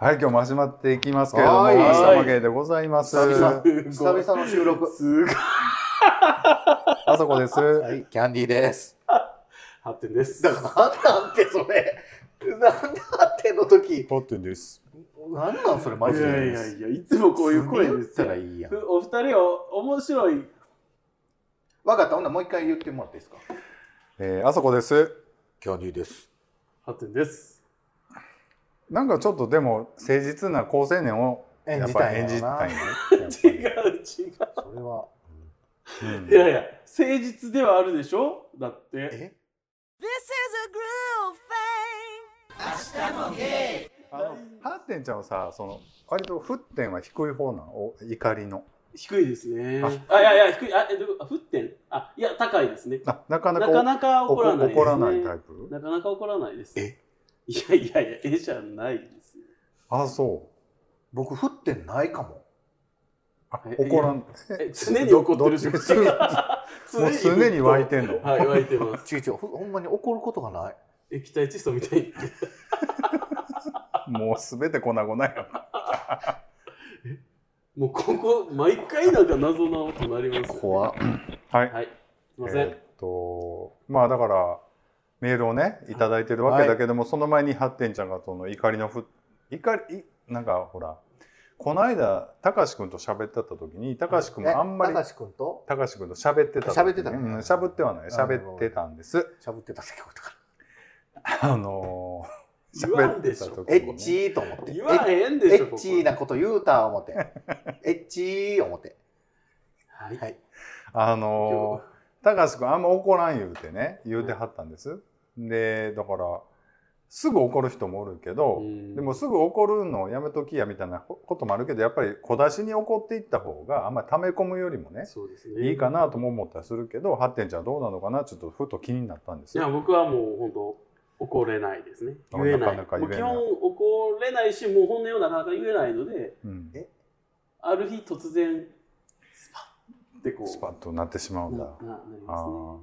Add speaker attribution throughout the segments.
Speaker 1: はい、今日も始まっていきますけれども、
Speaker 2: は
Speaker 1: 明
Speaker 2: い
Speaker 1: 日も芸でございます。
Speaker 2: 々
Speaker 3: 久々の収録。
Speaker 2: すごい。
Speaker 1: あそこです。
Speaker 3: い、キャンディーです。
Speaker 2: 発展です。
Speaker 3: だから、なんなんてそれ。なんなんての時。
Speaker 1: ポッテンです。
Speaker 3: なんなんそれ、マジで。
Speaker 2: いやいやいや、いつもこういう声
Speaker 3: 言
Speaker 2: で
Speaker 3: っ
Speaker 2: す
Speaker 3: た
Speaker 2: よ
Speaker 3: ら。いいやん。
Speaker 2: お二人を面白い。
Speaker 3: わかった、ほんならもう一回言ってもらっていいですか。
Speaker 1: えー、あそこです。
Speaker 3: キャンディーです。
Speaker 2: 発展です。
Speaker 1: なんかちょっとでも、誠実な好青年を、
Speaker 3: 演
Speaker 1: やっ
Speaker 3: じ
Speaker 1: ぱ
Speaker 3: たい
Speaker 1: 演じたい
Speaker 3: い
Speaker 1: ね。
Speaker 2: 違う違う。
Speaker 3: それは。
Speaker 2: いやいや、誠実ではあるでしょだって。
Speaker 3: え
Speaker 4: This is a groove thing.
Speaker 1: あの、ハッテンちゃんはさ、その、割と沸点は低い方なの、お怒りの。
Speaker 2: 低いですね。あ、いやいや、低い。あ、え、どういうことあ沸点あ、いや、高いですね。
Speaker 1: あ、なかな
Speaker 2: な
Speaker 1: か
Speaker 2: かなか
Speaker 1: お
Speaker 2: 怒らないです、ね。
Speaker 1: 怒らないタイプ
Speaker 2: なかなか怒らないです。
Speaker 3: え
Speaker 2: いやいやいや、絵じゃないですよ。
Speaker 1: あ、そ
Speaker 3: 僕、降ってないかも。
Speaker 1: う。あ
Speaker 2: え
Speaker 1: 怒らん。
Speaker 2: え常に怒ってる
Speaker 1: ど
Speaker 2: し
Speaker 1: どっちもう 常に湧いてんの。
Speaker 2: はい、湧いてます。
Speaker 3: 違う違う、ほほんまに怒ることがない。
Speaker 2: 液体窒素みたいに。
Speaker 1: もうすべて粉々や。
Speaker 2: もうここ、毎回なんか謎な音鳴りますよね。
Speaker 3: 怖っ。
Speaker 1: はい。
Speaker 2: はい。すいません。
Speaker 1: えーっとまあだからメールをね頂いただいてるわけだけども、その前にハッテンちゃんがその怒りのふ怒りいなんかほらこの間たかし君と喋ってた時にたかし君もあんまり
Speaker 3: 高橋君と
Speaker 1: たかし君と喋ってた時に
Speaker 3: 喋ってたね
Speaker 1: うん喋ってはない喋ってたんです
Speaker 3: 喋ってたってことか。
Speaker 1: あのー
Speaker 2: 言わんでしょ
Speaker 1: 喋って
Speaker 3: エ
Speaker 1: た時に
Speaker 3: ッチーと思って。
Speaker 2: 言わ
Speaker 3: エッ
Speaker 2: へんで
Speaker 3: エ
Speaker 2: しょ、
Speaker 3: ッチーな
Speaker 2: こ
Speaker 3: こと言うた思 って。エッチー思って。
Speaker 2: こはい。
Speaker 3: はい
Speaker 1: あのーたかし君あんま怒らん言うてね言うてはったんです、でだからすぐ怒る人もおるけど、
Speaker 2: うん
Speaker 1: でも、すぐ怒るのやめときやみたいなこともあるけどやっぱり小出しに怒っていった方があんまり溜め込むよりもね
Speaker 2: そうですね。
Speaker 1: いいかなとも思ったりするけどハッテンちゃんどうなのかなちょっとふと気になったんです
Speaker 2: いや、
Speaker 1: よ。
Speaker 2: 僕はもう本当、怒れないですね。
Speaker 1: あ
Speaker 2: 言えない。
Speaker 1: なかなか言えない
Speaker 2: もう基本怒れないし、もう本音をなかなか言えないので、
Speaker 1: うん
Speaker 3: え、
Speaker 2: ある日突然、スパッってこう、
Speaker 1: スパッとなってしまうん
Speaker 2: な
Speaker 1: だ。
Speaker 2: ななり
Speaker 1: ああ
Speaker 2: ま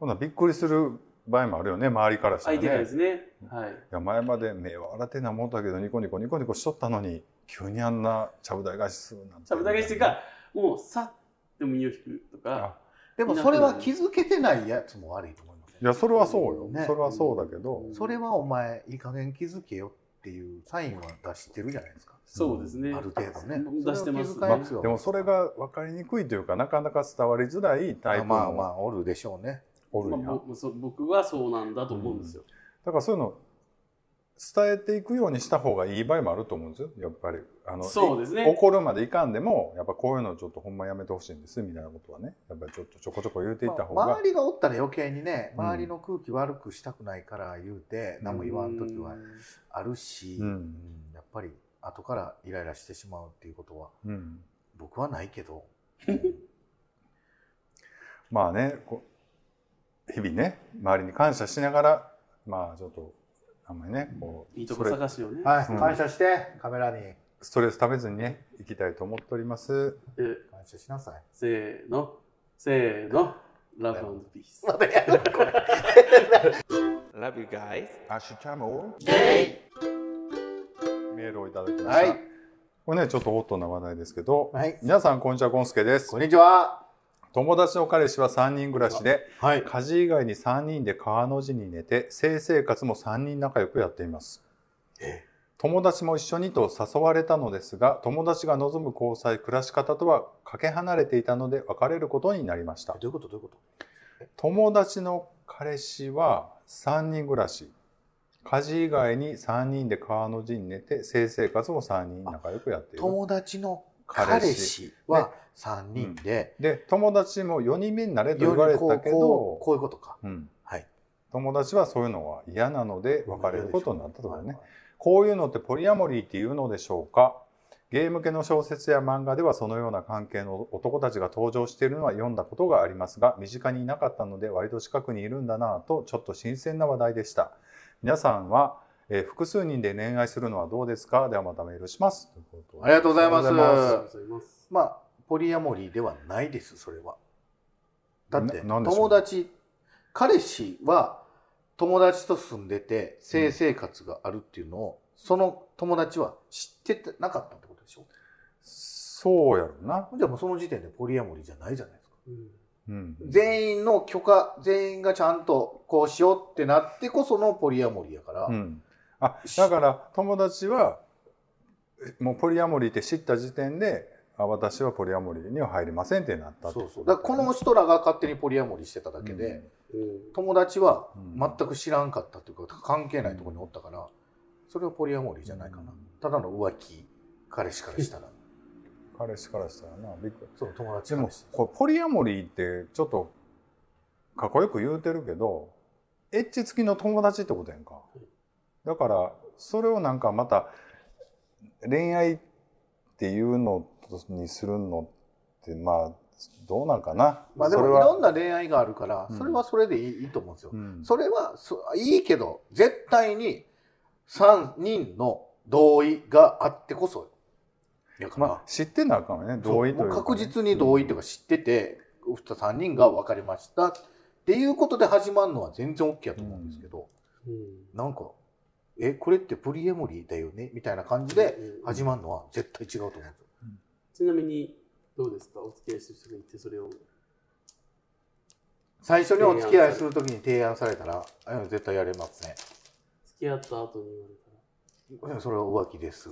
Speaker 1: ほなびっくりする場合もあるよね周りからし
Speaker 2: す
Speaker 1: た
Speaker 2: ね。
Speaker 1: ら
Speaker 2: 相手が
Speaker 1: ね。
Speaker 2: ですね。はい。
Speaker 1: いや前まで目は洗ってんな思ったけどニコニコニコニコしとったのに急にあんなちゃぶ台返しするなんて。
Speaker 2: しゃぶだけしてか、もう、さっても身を引くと
Speaker 1: あ
Speaker 2: か、
Speaker 3: でもそれは気づけてないやつも悪いと思います
Speaker 1: いやそれはそうよ、
Speaker 3: ね
Speaker 1: それはそうだけど、
Speaker 3: それはお前いい加減気づけよっていうサインは出してるじゃないですか。
Speaker 2: そうですね。
Speaker 3: ある程度ね。
Speaker 2: 出してます
Speaker 3: そ
Speaker 2: ね
Speaker 3: れは気遣いますよ
Speaker 1: でもそれが分かりにくいというかなかなか伝わりづらいタイプ
Speaker 3: まあま
Speaker 1: も
Speaker 3: あおるでしょうね。
Speaker 1: おる
Speaker 2: ま
Speaker 1: や
Speaker 2: あ
Speaker 1: ん。
Speaker 2: ぼそう僕はそうなんだと思うんですよ。
Speaker 1: だからそういうの伝えていくようにした方がいい場合もあると思うんですよやっぱりあの
Speaker 2: そうですね
Speaker 1: い怒るまでいかんでもやっぱこういうのちょっとほんまやめてほしいんですみたいなことはねやっぱりちょっとちょこちょこ言うていった方が、
Speaker 3: まあ周りがおったら余計にね、
Speaker 1: うん
Speaker 3: 周りの空気悪くしたくないから言うて何も言わん時はあるし、
Speaker 1: うん
Speaker 3: うんやっぱり後からイライラしてしまうっていうことは
Speaker 1: うん、
Speaker 3: 僕はないけど。
Speaker 1: まあねこう日々ね周りに感謝しながらまあちょっとあんまりねこう
Speaker 2: いいと
Speaker 1: そ
Speaker 2: こ
Speaker 1: れ
Speaker 2: 探しをね。
Speaker 3: はい、
Speaker 1: うん
Speaker 3: 感謝してカメラに
Speaker 1: ストレスためずにねいきたいと思っております
Speaker 2: え
Speaker 3: 感謝しなさい。
Speaker 2: せーの、せーの、ラブピース。
Speaker 3: まだやるこれ。
Speaker 5: Love you guys.
Speaker 1: アッシュチャムメールをいただきました、
Speaker 3: はい、
Speaker 1: これねちょっとホットな話題ですけど、
Speaker 3: はい
Speaker 1: 皆さんこんにちはゴンスケです
Speaker 3: こんにちは。
Speaker 1: 友達の彼氏は3人暮らしで
Speaker 3: はい。
Speaker 1: 家事以外に3人で川の字に寝て性生活も3人仲良くやっています友達も一緒にと誘われたのですが友達が望む交際暮らし方とはかけ離れていたので別れることになりました
Speaker 3: どういうことどういうこと
Speaker 1: 友達の彼氏は3人暮らし家事以外に3人で川の字に寝て性生活も3人仲良くやっている
Speaker 3: 友達の
Speaker 1: 彼
Speaker 3: 彼
Speaker 1: 氏
Speaker 3: 氏は3人で、
Speaker 1: で友達も4人目になれと
Speaker 3: よ
Speaker 1: 言われ
Speaker 3: りこ
Speaker 1: た
Speaker 3: う
Speaker 1: け
Speaker 3: こう
Speaker 1: ど
Speaker 3: こういうことか。
Speaker 1: うん
Speaker 3: はい。
Speaker 1: 友達はそういうのは嫌なので別れることになったとかね
Speaker 3: はい。
Speaker 1: こういうのってポリアモリーっていうのでしょうかゲーム系の小説や漫画ではそのような関係の男たちが登場しているのは読んだことがありますが身近にいなかったので割と近くにいるんだなぁとちょっと新鮮な話題でした皆さんは、えー複数人で恋愛するのはどうですかではまたメールしますということで
Speaker 3: ありがとうございます
Speaker 1: ありがとうござい
Speaker 2: あ
Speaker 1: ます
Speaker 2: りがとうございます。
Speaker 3: まあ、ポリアモリーではないです、それは。だって、
Speaker 1: ななんでしょう
Speaker 3: 友達、彼氏は友達と住んでて、性生活があるっていうのをその友達は知っててなかったってことでしょ
Speaker 1: そうやろな。
Speaker 3: じゃあもうその時点でポリアモリーじゃないじゃないですか。
Speaker 2: うん
Speaker 1: うん。
Speaker 3: 全員の許可、全員がちゃんとこうしようってなってこそのポリアモリーやから、
Speaker 1: うん、あだから友達はえもうポリアモリーって知った時点であ私はポリアモリーには入りませんってなったって
Speaker 3: そ
Speaker 1: こ
Speaker 3: うそ
Speaker 1: と
Speaker 3: う。だからこの
Speaker 1: 人
Speaker 3: 人らが勝手にポリアモリーしてただけで、
Speaker 2: うん
Speaker 3: 友達は
Speaker 1: うん
Speaker 3: 全く知らんかったというか、関係ないところにおったから、それはポリアモリーじゃないかな。ただの浮気、彼氏からしたら。
Speaker 1: 彼氏からしたらなびっくり
Speaker 3: その友達
Speaker 1: で
Speaker 3: から
Speaker 1: も
Speaker 3: したら。
Speaker 1: これポリアモリーってちょっとかっこよく言うてるけどエッチ付きの友達ってことやんかだからそれをなんかまた恋愛っていうのにするのってまあどうなんかな
Speaker 3: まあでも
Speaker 1: そ
Speaker 3: い
Speaker 1: れは
Speaker 3: ろんな恋愛があるから
Speaker 1: う、ん
Speaker 3: それはそれでいいいいと思うんですよ
Speaker 1: う。ん
Speaker 3: それはそいいけど絶対に3人の同意があってこそやから、
Speaker 1: まあ、知ってなあかんわね
Speaker 3: そう
Speaker 1: 同意というか
Speaker 3: も
Speaker 1: ね、
Speaker 3: う確実に同意というか知ってて、お二人3人が分かりましたっていうことで始まるのは全然 OK やと思うんですけど、
Speaker 2: うん
Speaker 3: なんか「えこれってポリエモリーだよね」みたいな感じで始まるのは絶対違うと思うんですよ。
Speaker 2: ちなみにどうですかお付き合いする人がいてそれを
Speaker 3: 最初にお付き合いするときに提案されたらあ絶対やれますね。
Speaker 2: 付き合った後に言われたら
Speaker 3: それは浮気です。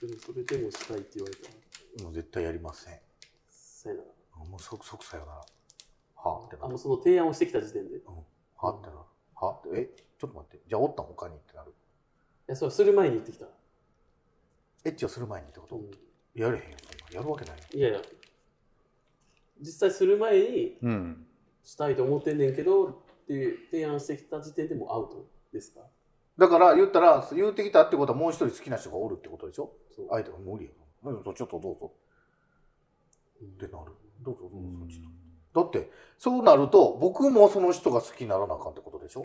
Speaker 2: でもそれでもしたいって言われたら
Speaker 3: もう絶対やりません。
Speaker 2: さよなら
Speaker 3: もう即即さよなら。はってな
Speaker 2: あ
Speaker 3: る
Speaker 2: もう。その提案をしてきた時点でい
Speaker 3: はってなる。はって、え、ちょっと待って。じゃあおったん他にってなる。
Speaker 2: やそれする前に言ってきた、
Speaker 3: エッチをする前にってこと、
Speaker 2: うん
Speaker 3: やれへんよ、そんなやるわけないよ。
Speaker 2: いやいや実際する前に
Speaker 1: うん、
Speaker 2: したいと思ってんねんけどっていう提案してきた時点でもうアウトですか
Speaker 3: だから言ったら、言うてきたってことはもう一人好きな人がおるってことでしょ
Speaker 2: そう
Speaker 3: 相手が無理やな。うんちょっとどうぞってなる。どうぞどうぞ、ちょっと。だって、そうなると、僕もその人が好きにならなあかんってことでしょ
Speaker 1: い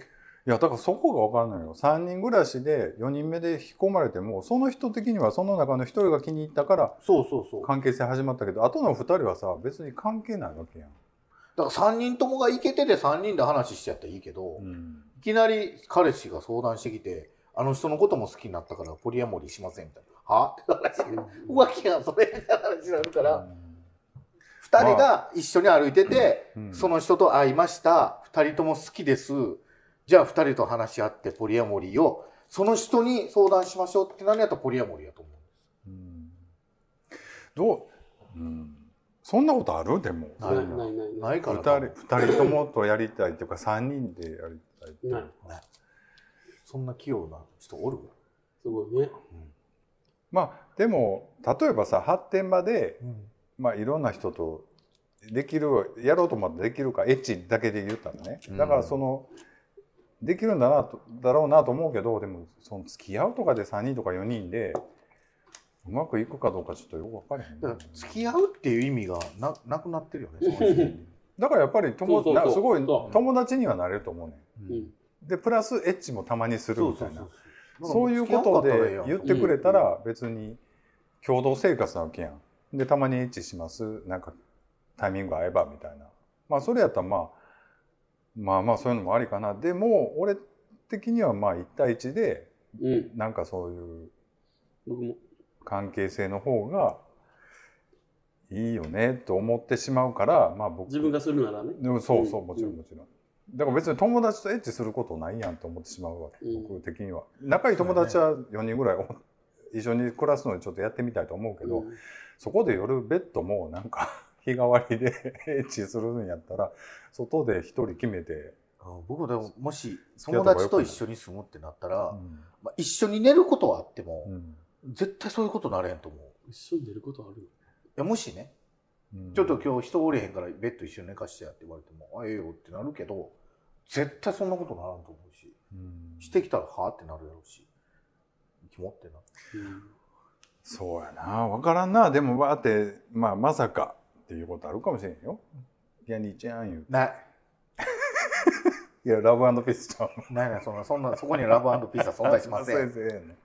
Speaker 1: やだからそこが分からないよ3人暮らしで4人目で引き込まれてもその人的にはその中の1人が気に入ったから
Speaker 3: そうそうそう。だか
Speaker 1: 関係性始まったけど後の2人はさ別に関係ないわけやん、
Speaker 3: ら3人ともがいけてて3人で話しちゃったらいいけど、
Speaker 1: うん、
Speaker 3: いきなり彼氏が相談してきて、あの人のことも好きになったからポリアモリーしませんみたいな。はって話になる浮気がそれみたいな話になるから、二人が一緒に歩いてて、
Speaker 1: うん
Speaker 3: その人と会いました。二人とも好きです。じゃあ二人と話し合ってポリアモリーを、その人に相談しましょうって何やったらポリアモリーやと思う。
Speaker 1: うんどう、うん、そんなことあるでも
Speaker 2: ないないないない
Speaker 3: ないから
Speaker 1: 2
Speaker 3: か
Speaker 1: 人二人ともとやりたいっていうか3人でやりたいって
Speaker 2: ない
Speaker 3: そんな器用な人おる
Speaker 2: すごいね
Speaker 1: まあでも例えばさ発展場で
Speaker 3: うん。
Speaker 1: まあ、いろんな人とできるやろうと思ってできるかエッチだけで言ったらね
Speaker 3: うん
Speaker 1: だからその、できるんだなとだろうなと思うけどでもその付き合うとかで3人とか4人でうまくいくかどうかちょっとよく分からへん
Speaker 3: だか
Speaker 1: な
Speaker 3: ら付き合うっていう意味がななくなってるよねその人に。
Speaker 1: だからやっぱり友
Speaker 2: そうそうそう
Speaker 1: なすごい
Speaker 2: そう
Speaker 1: 友達にはなれると思うね
Speaker 2: うん
Speaker 3: うん
Speaker 1: んでプラスエッチもたまにするみたいなそういう
Speaker 3: 付き合
Speaker 1: こ
Speaker 3: わんか
Speaker 1: と
Speaker 3: ったらええ
Speaker 1: で
Speaker 3: やん
Speaker 1: 言ってくれたら別に共同生活なわけやん。でたまにエッチしますなんかタイミング合えばみたいな。まあそれやったらまあまあまあそういうのもありかな。でも俺的にはまあ1対1で
Speaker 2: うん
Speaker 1: なんかそういう
Speaker 2: 僕も
Speaker 1: 関係性の方がいいよねと思ってしまうからまあ僕
Speaker 2: 自分がするならね
Speaker 1: でもそうそう
Speaker 2: うん
Speaker 1: もちろ
Speaker 2: うん
Speaker 1: んもちろん。だから別に友達とエッチすることないやんと思ってしまうわけ、
Speaker 2: うん
Speaker 1: 僕的には。仲いい友達は4人ぐらい お一緒に暮らすのにちょっとやってみたいと思うけど、
Speaker 2: うん
Speaker 1: そこで夜ベッドもなんか 日替わりで エッチするんやったら外で一人決めて、
Speaker 3: あ僕もでももし
Speaker 1: き合
Speaker 3: 友
Speaker 1: った方が
Speaker 3: 達
Speaker 1: よくな
Speaker 3: と
Speaker 1: い
Speaker 3: 一緒に住むってなったら、
Speaker 1: うん
Speaker 3: まあ、一緒に寝ることはあっても、
Speaker 1: うん
Speaker 3: 絶対そういうことなれへんと思うい
Speaker 2: 一緒に寝ることある
Speaker 3: やもしね
Speaker 1: うん
Speaker 3: ちょっと今日人おれへんからベッド一緒に寝かしてやって言われても、あええよってなるけど絶対そんなことならんと思うし
Speaker 1: うん
Speaker 3: してきたらはあってなるやろうしキモってな
Speaker 1: そうやな分からんなでもわーって、まあ、まさかっていうことあるかもしれんよ。いやにちゃん言う
Speaker 3: ない
Speaker 1: いやラブピースちゃう
Speaker 3: ないないそんなそんなそこにラブピースは存在しません
Speaker 1: そうですね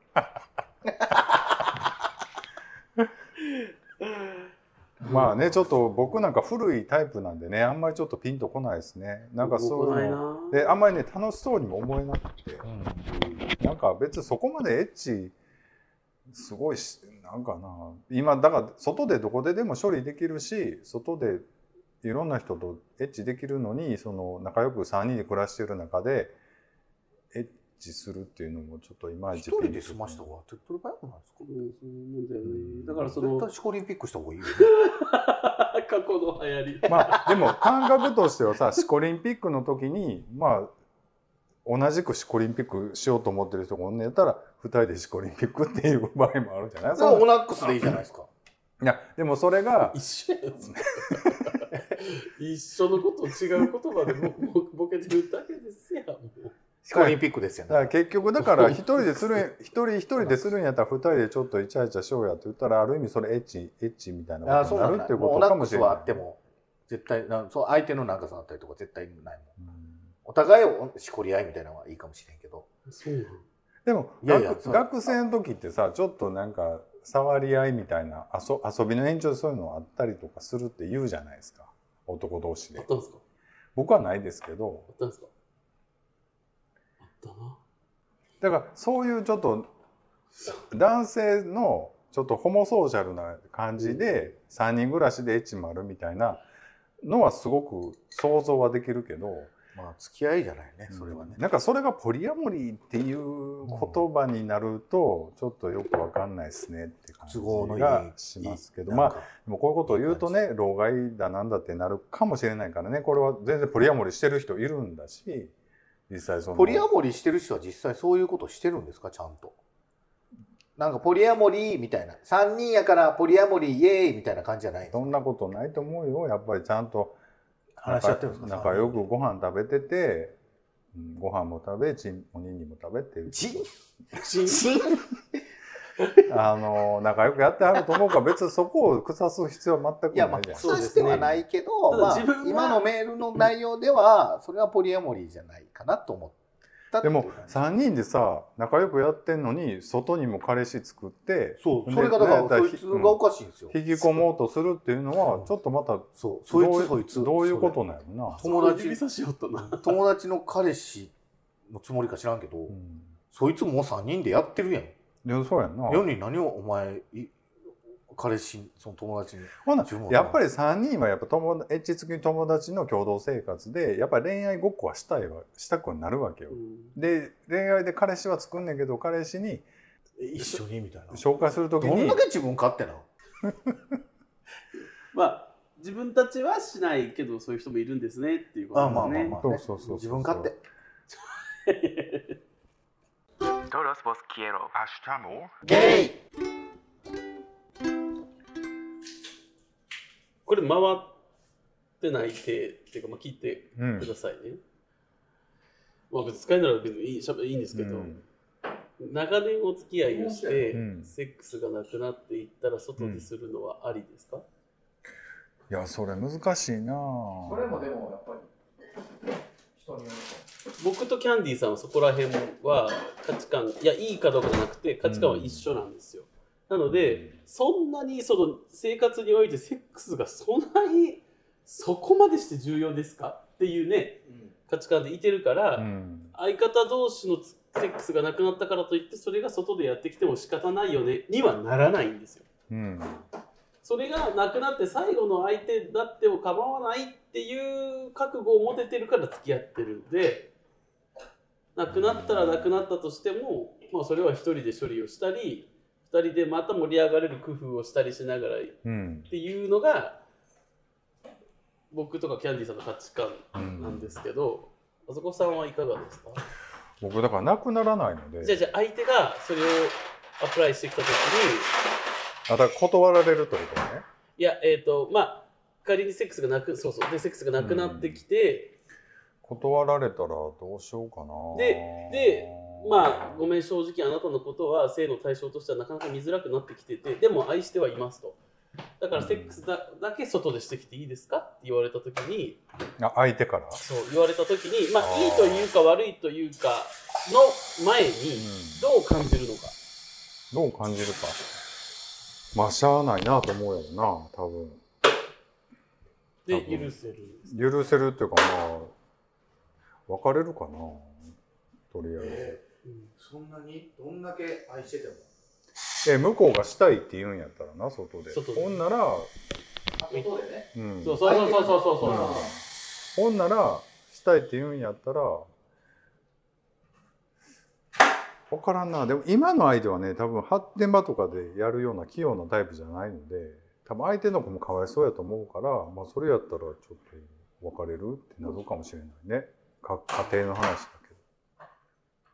Speaker 1: まあねちょっと僕なんか古いタイプなんでねあんまりちょっとピンとこないですねなんかそういうの
Speaker 2: で
Speaker 1: であんまりね楽しそうにも思えなくて
Speaker 3: うん
Speaker 1: なんか別にそこまでエッチすごいしなんかな今だから外でどこででも処理できるし外でいろんな人とエッチできるのにその仲良く3人で暮らしてる中でエッチするっていうのもちょっといまい
Speaker 3: 一
Speaker 1: ち
Speaker 3: 人で済ました
Speaker 1: ピン
Speaker 3: 方が手っ取り早くないですか
Speaker 2: うんそういうもんだよね。だからそ
Speaker 3: 絶
Speaker 2: の、
Speaker 3: 対シコリンピックした方がいいよね
Speaker 2: 過去の流行り。
Speaker 1: と まあでも感覚としてはさシコリンピックの時にまあ同じくシコリンピックしようと思ってる人がおんねやったら2人でシコリンピックっていう場合もあるじゃない
Speaker 3: それはオナックスでいいじゃないですか
Speaker 1: いやでもそれが
Speaker 2: 一緒やよ。一緒のことを違う言葉でボボ ボケてるだけですやん。もう
Speaker 3: シコリンピックですよ
Speaker 1: だか
Speaker 3: ね
Speaker 1: ら結局だから一人でするん一人一人でするんやったら二人でちょっとイチャイチャしようやって言ったらある意味それエッチエッチみたい
Speaker 3: あ
Speaker 1: な
Speaker 3: あ
Speaker 1: こ
Speaker 3: そ
Speaker 1: と
Speaker 3: う
Speaker 1: にな
Speaker 3: な
Speaker 1: るっ
Speaker 3: んだ
Speaker 1: ていう
Speaker 3: もう
Speaker 1: こと
Speaker 3: オナ
Speaker 1: か
Speaker 3: ッ
Speaker 1: も
Speaker 3: ク
Speaker 1: し
Speaker 3: ス
Speaker 1: れない。
Speaker 3: はあっても絶対なそう相手の長さあったりとか絶対ないもん
Speaker 1: うん
Speaker 3: お互いをしこり合いみたいなのはいいかもしれんけど
Speaker 2: そうなん
Speaker 1: でも
Speaker 3: いやいや
Speaker 1: 学
Speaker 3: そう
Speaker 1: 学生の時ってさちょっとなんか触り合いみたいな遊遊びの延長でそういうのあったりとかするって言うじゃないですか男同士
Speaker 2: あ
Speaker 1: で
Speaker 2: ったんですか
Speaker 1: 僕はないですけど
Speaker 2: あったんですかあったな。
Speaker 1: だからそういうちょっと男性のちょっとホモソーシャルな感じで3人暮らしでエッチもあるみたいなのはすごく想像はできるけど
Speaker 3: まあ付き合いじゃないねそれはね
Speaker 1: なんかそれがポリアモリーっていう言葉になるとちょっとよくわかんないですねって感じ
Speaker 3: 都合のいい
Speaker 1: がしますけどま
Speaker 3: な
Speaker 1: あ
Speaker 3: んか
Speaker 1: でもこういうことを言うとね老害だなんだってなるかもしれないからねこれは全然ポリアモリーしてる人いるんだし実際その
Speaker 3: ポリアモリーしてる人は実際そういうことしてるんですかちゃんとなんかポリアモリーみたいな3人やからポリアモリーイエーイみたいな感じじゃない
Speaker 1: そんなことないと思うよやっぱりちゃんと。
Speaker 3: 話し合ってるんですか
Speaker 1: 仲良くご飯食べてて、うん、ご飯も食べチンおにんにも食べ て
Speaker 3: ち
Speaker 2: ち
Speaker 3: ち
Speaker 1: あの仲良くやってはると思うから別にそこを腐す必要は全く
Speaker 3: いや
Speaker 1: な
Speaker 3: ま
Speaker 1: い
Speaker 3: あ
Speaker 1: じゃん。
Speaker 3: そうしてはないけど、
Speaker 2: ただ
Speaker 3: まあ
Speaker 2: 自分は、
Speaker 3: 今のメールの内容ではそれはポリアモリーじゃないかなと思ったって
Speaker 1: で
Speaker 3: いう
Speaker 1: も3人でさ仲良くやってんのに外にも彼氏作って
Speaker 3: そう
Speaker 1: で
Speaker 3: それがだか
Speaker 1: ね
Speaker 3: らそいつがおかしいんですよ、
Speaker 1: 引き込もうとするっていうのはちょっとまた
Speaker 3: そうそい
Speaker 1: どう
Speaker 3: つそいつ
Speaker 1: どういうこと
Speaker 3: ね
Speaker 1: なのな。
Speaker 3: 友達
Speaker 2: 指差しよったな。
Speaker 3: 友達の彼氏のつもりか知らんけど、
Speaker 1: うん
Speaker 3: そいつも3人でやってるやん
Speaker 1: いやそうやんな
Speaker 3: 世に何をお前い彼氏その友達に
Speaker 1: ほな
Speaker 3: 注文
Speaker 1: やっぱり3人はやっぱ友達エッチ付きの友達の共同生活でやっぱり恋愛ごっこはしたいわしたくなるわけよ
Speaker 2: う。ん
Speaker 1: で恋愛で彼氏は作んねんけど彼氏に
Speaker 3: 一緒にみたいな
Speaker 1: 紹介する時
Speaker 3: どん
Speaker 1: に
Speaker 3: だけ自分勝手なの
Speaker 2: まあ、自分たちはしないけど、そういう人もいるんですねっていうこと
Speaker 3: あ
Speaker 2: です
Speaker 3: ま
Speaker 2: ね。
Speaker 3: あまあまあ、ね、
Speaker 1: そうそうそうそう
Speaker 3: 自分勝手
Speaker 5: Todos vos quiero.
Speaker 3: ゲイ
Speaker 2: これ回ってない手っていうか、まあ、聞いて
Speaker 1: うん
Speaker 2: くださいね。まあ、別に使えなら別にいいしゃべいいんですけど、長年お付き合いをして、
Speaker 1: うん
Speaker 2: セックスがなくなっていったら外でするのはありですか、
Speaker 1: いやそれ難しいなぁ
Speaker 3: もやっぱり人による
Speaker 2: 僕とキャンディーさんはそこら辺は価値観いやいいかどうかじゃなくて価値観は一緒なんですよ、なのでそんなにその生活においてセックスがそんなにそこまでして重要ですかっていうね価値観でいてるから、
Speaker 1: うん
Speaker 2: 相方同士のセックスがなくなったからといってそれが外でやってきても仕方ないよねにはならないんですよ
Speaker 1: うん
Speaker 2: それがなくなって最後の相手だっても構わないっていう覚悟を持ててるから付き合ってるんでなくなったらなくなったとしても、まあ、それは一人で処理をしたり二人でまた盛り上がれる工夫をしたりしながらっ
Speaker 1: うん
Speaker 2: ていうのが僕とかキャンディーさんの価値観なんですけど、あそこさんはいかがですか
Speaker 1: 僕だからなくならないの
Speaker 2: じゃあ
Speaker 1: で
Speaker 2: じゃあ相手がそれをアプライしてきた時に
Speaker 1: あだから断られるということね
Speaker 2: いやえっ、とまあ仮にセックスがなくそうそうでセックスがなくなってきて、
Speaker 1: 断られたらどうしようかな
Speaker 2: ででまあごめん正直あなたのことは性の対象としてはなかなか見づらくなってきててでも愛してはいますとだからセックスだだけ外でしてきていいですかって言われた時に
Speaker 1: あ相手から
Speaker 2: そう言われた時にま
Speaker 1: あ
Speaker 2: あ
Speaker 1: ー
Speaker 2: いいというか悪いというかの前にどう感じるのか、
Speaker 1: どう感じるかまあしゃあないなと思うやろな多分
Speaker 2: で
Speaker 1: 多分
Speaker 2: 許せるんです
Speaker 1: 許せるっていうかまあ別れるかなとりあえず、
Speaker 6: そんなにどんだけ愛してても
Speaker 1: え向こうがしたいって言うんやったらな外で
Speaker 2: 外で
Speaker 1: ほんなら、
Speaker 6: あ外でね
Speaker 1: うん
Speaker 2: そうそうそうそうそうそ
Speaker 1: う
Speaker 2: う
Speaker 1: ん
Speaker 2: そう
Speaker 1: ほんならしたいって言うんやったら分からんなでも今の相手はね多分発展場とかでやるような器用なタイプじゃないので多分相手の子もかわいそうやと思うから、まあ、それやったらちょっと別れるってなるかもしれないねか家庭の話だけど。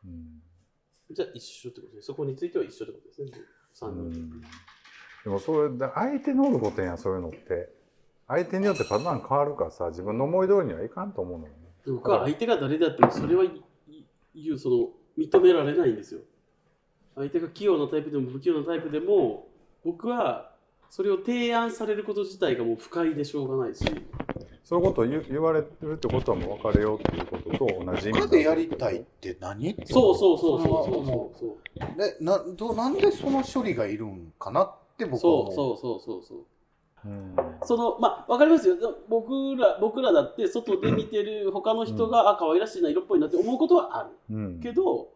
Speaker 1: うん
Speaker 2: じゃあ一緒ってことですそこについては一緒ってことですね3
Speaker 1: う
Speaker 2: 人、
Speaker 1: んでもそれだ相手のことやんそういうのって相手によってパターン変わるからさ自分の思い通りにはいかんと思うのよね
Speaker 2: で僕は相手が誰であってもそれはいいいうその認められないんですよ相手が器用なタイプでも不器用なタイプでも僕はそれを提案されること自体がもう不快でしょうがないし
Speaker 1: そういうことを言う言われてるってことはもう別れようっていうことと同じ意味
Speaker 3: 他でやりたいって何
Speaker 2: そうそうそうそうそう
Speaker 3: も
Speaker 2: そうそう
Speaker 3: うねなどなんでその処理がいるんかなって僕は
Speaker 2: そう
Speaker 3: 思う
Speaker 2: そうそうそうそう
Speaker 1: うん
Speaker 2: そのまあわかりますよ僕ら僕らだって外で見てる他の人が、あ可愛らしいな色っぽいなって思うことはある
Speaker 1: うん
Speaker 2: けど、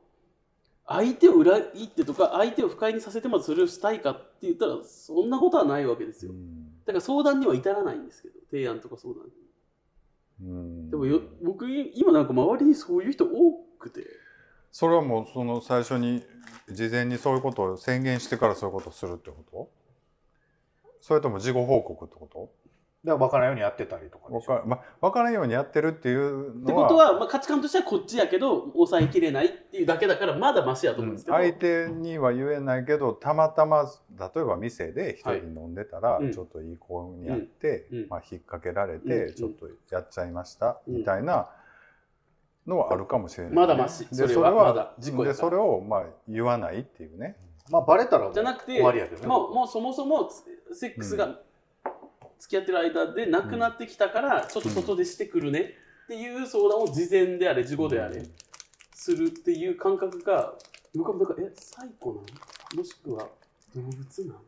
Speaker 2: 相手を裏切ってとか相手を不快にさせてまでそれをしたいかって言ったらそんなことはないわけです
Speaker 1: う
Speaker 2: よ
Speaker 1: ん
Speaker 2: だから相談には至らないんですけど提案とか相談に
Speaker 1: うん
Speaker 2: でもよ僕今なんか周りにそういう人多くて
Speaker 1: それはもうその最初に事前にそういうことを宣言してからそういうことをするってことそれとも事後報告ってこと
Speaker 3: だから分からんようにやってたりとかで
Speaker 1: わ
Speaker 3: しょ
Speaker 1: か,、ま、わからんようにやってるっていう
Speaker 2: って
Speaker 1: の
Speaker 2: こ
Speaker 1: は
Speaker 2: とは、まあ、価値観としてはこっちやけど抑えきれないっていうだけだからまだマシやと思うんですけど、
Speaker 1: 相手には言えないけどたまたま例えば店で一人飲んでたら、
Speaker 2: いうん
Speaker 1: ちょっといい子にやって、
Speaker 2: うんうん
Speaker 1: まあ、引っ掛けられて、
Speaker 2: うん
Speaker 1: ちょっとやっちゃいました、
Speaker 2: うん
Speaker 1: みたいなのはあるかもしれない、
Speaker 2: まだマシそ
Speaker 1: で
Speaker 2: れ
Speaker 1: そ
Speaker 2: は
Speaker 1: れ
Speaker 2: まだ
Speaker 1: は
Speaker 2: 事故
Speaker 1: で
Speaker 2: やか
Speaker 1: そ
Speaker 2: ら
Speaker 1: れをまあ言わないっていうね、
Speaker 3: まあバレたらもう
Speaker 2: じゃなくて
Speaker 3: 終わりやけどね
Speaker 2: もうもうそもそもつセックスが付き合ってる間でなくなってきたから、ちょっと外でしてくるねっていう相談を事前であれ事後であれするっていう感覚が僕はなんかえサイコなのもしくは動物なんっ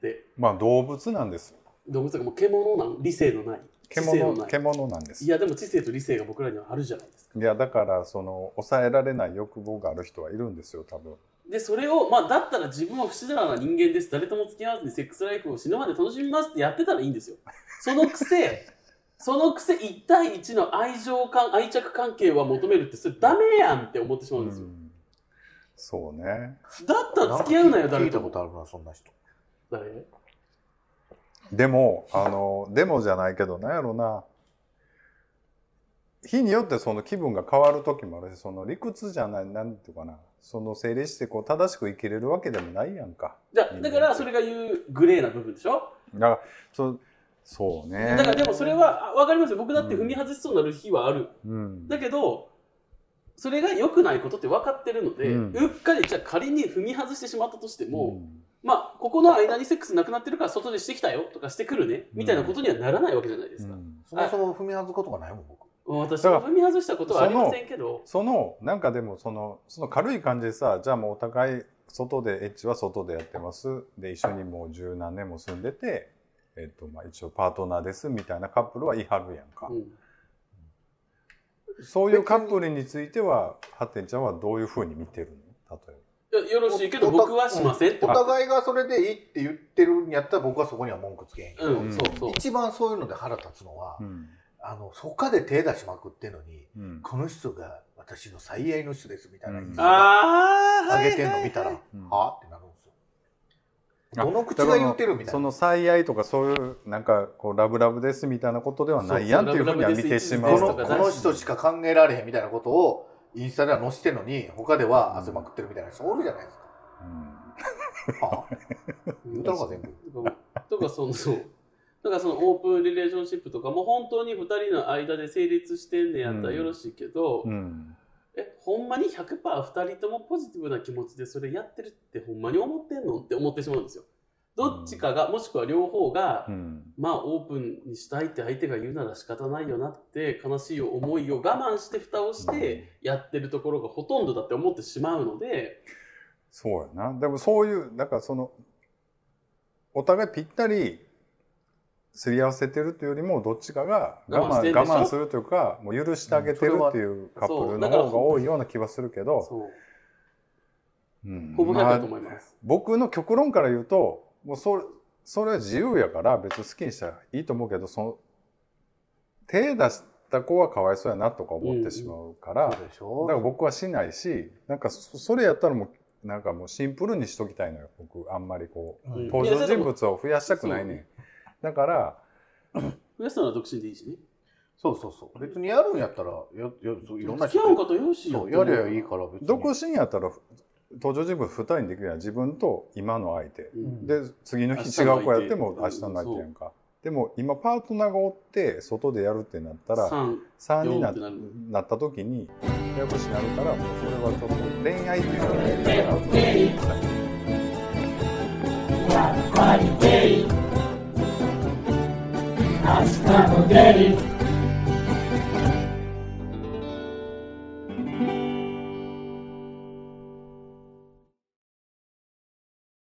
Speaker 2: て
Speaker 1: まあ動物なんです
Speaker 2: 動物がもう獣なん理性のない知性の
Speaker 1: 獣
Speaker 2: ない
Speaker 1: 獣なんです
Speaker 2: いやでも知性と理性が僕らにはあるじゃないですか
Speaker 1: いやだからその抑えられない欲望がある人はいるんですよ多分
Speaker 2: でそれをまあだったら自分は不死だらな人間です誰とも付き合わずにセックスライフを死ぬまで楽しみますってやってたらいいんですよそのくせそのくせ1対1の愛情感愛着関係は求めるってそれダメやんって思ってしまうんですよ、
Speaker 1: うんそうね
Speaker 2: だったら付き合うなよ
Speaker 3: 聞
Speaker 2: 誰
Speaker 3: いた
Speaker 2: と
Speaker 3: こ
Speaker 2: も
Speaker 3: とあるなそんな人
Speaker 2: 誰
Speaker 1: でもあのでもじゃないけどなんやろな日によってその気分が変わる時もあるしその理屈じゃないなんていうかなその整理してこう正しく生きれるわけでもないやんか
Speaker 2: じゃあだからそれが言うグレーな部分でしょ
Speaker 1: だからそそうね
Speaker 2: だからでもそれはあわかりますよ僕だって踏み外しそうになる日はある
Speaker 1: うん
Speaker 2: だけどそれが良くないことって分かってるので、う
Speaker 1: うん
Speaker 2: っかりじゃあ仮に踏み外してしまったとして
Speaker 1: う
Speaker 2: も、
Speaker 1: ん
Speaker 2: まあ、ここの間にセックスなくなってるから外でしてきたよとかしてくるねみたいなことにはならないわけじゃないですか、
Speaker 1: うん
Speaker 3: そもそも踏み外すことがないもん僕
Speaker 2: 私は踏み外したことはありませんけど
Speaker 1: そのなんかでもそのその軽い感じでさじゃあもうお互い外でエッチは外でやってますで一緒にもう十何年も住んでて、えっとまあ、一応パートナーですみたいなカップルは言いはるやんか。
Speaker 2: うん
Speaker 1: そういうカップルについては、ハッテンちゃんはどういうふうに見てるの例え
Speaker 2: いやよろしいけど僕はしませ
Speaker 3: お
Speaker 2: んとか、
Speaker 3: 互いがそれでいいって言ってるんやったら僕はそこには文句つけへんけど、
Speaker 2: うんそうそう
Speaker 3: 一番そういうので腹立つのは、
Speaker 1: ば。
Speaker 3: あの他で手出しまくってんのに
Speaker 1: うん。
Speaker 3: この人が私の最愛の人ですみたいな
Speaker 1: うん
Speaker 3: 人が
Speaker 2: ああ
Speaker 3: 上げてんの見たら、は
Speaker 1: うん
Speaker 3: あってなるんですよ
Speaker 1: あ
Speaker 3: どの口が言ってるみたい
Speaker 1: そ
Speaker 3: な
Speaker 1: の最愛とかそういう、なんか、こう、ラブラブですみたいなことではないやんっていうふうには見てしま
Speaker 2: そう
Speaker 3: こ
Speaker 2: う
Speaker 3: の
Speaker 2: ラブラブです一途ですとか
Speaker 3: この人しか考えられへんみたいなことをインスタでは載せてんのに他では汗まくってるみたいな人おるじゃないですか、はあ言うたのか全 部
Speaker 2: とかそのそうだからそのオープンリレーションシップとかも本当に2人の間で成立してんねやったらよろしいけど、
Speaker 1: うん。うん。
Speaker 2: えほんまに 100%2 人ともポジティブな気持ちでそれやってるってほんまに思ってんのって思ってしまうんですよどっちかが、もしくは両方が、
Speaker 1: うん。
Speaker 2: まあオープンにしたいって相手が言うなら仕方ないよなって悲しい思いを我慢して蓋をしてやってるところがほとんどだって思ってしまうので、
Speaker 1: そうやな。でもそういう、だからその、お互いぴったり、すり合わせてるというよりも、どっちかが我
Speaker 2: 我慢
Speaker 1: 慢
Speaker 2: してんでしょ
Speaker 1: 我慢するというか、もう許してあげてるっていうカップルの方が多いような気はするけど、
Speaker 2: そう
Speaker 1: うん
Speaker 2: ほぼ100
Speaker 1: ま
Speaker 2: だ
Speaker 1: あ
Speaker 2: と思います。
Speaker 1: 僕の極論から言うともうそれそれは自由やから別に好きにしたらいいと思うけどその手出した子はかわいそうやなとか思ってしまうから、
Speaker 3: そうでしょ
Speaker 1: だから僕はしないしなんかそそれやったらもうなんかもうシンプルにしときたいのよ僕あんまりこう
Speaker 2: うん
Speaker 1: 登場人物を増やしたくないね
Speaker 2: いや
Speaker 1: んだから
Speaker 2: 増やすなら独身でいいしね。
Speaker 3: そうそうそう。別にやるんやったら、ややそういろんな
Speaker 2: 付き合うことよし
Speaker 3: そう、やりゃいい
Speaker 2: か。
Speaker 3: から別に。
Speaker 1: 独身やったら登場人物2人にできるやん自分と今の相手
Speaker 2: うん
Speaker 1: で次の日違う子やっても
Speaker 2: 明
Speaker 1: 明
Speaker 2: 日
Speaker 1: 日
Speaker 2: の
Speaker 1: の
Speaker 2: 相
Speaker 1: 相
Speaker 2: 手
Speaker 1: 手やんかでも今パートナーがおって外でやるってなったら
Speaker 2: 三
Speaker 1: 3にな
Speaker 2: 四ってなる
Speaker 1: なった時にややこしになるからもうそれはちょっと恋愛っていうのはね
Speaker 7: やっぱりゲイ明日もゲイ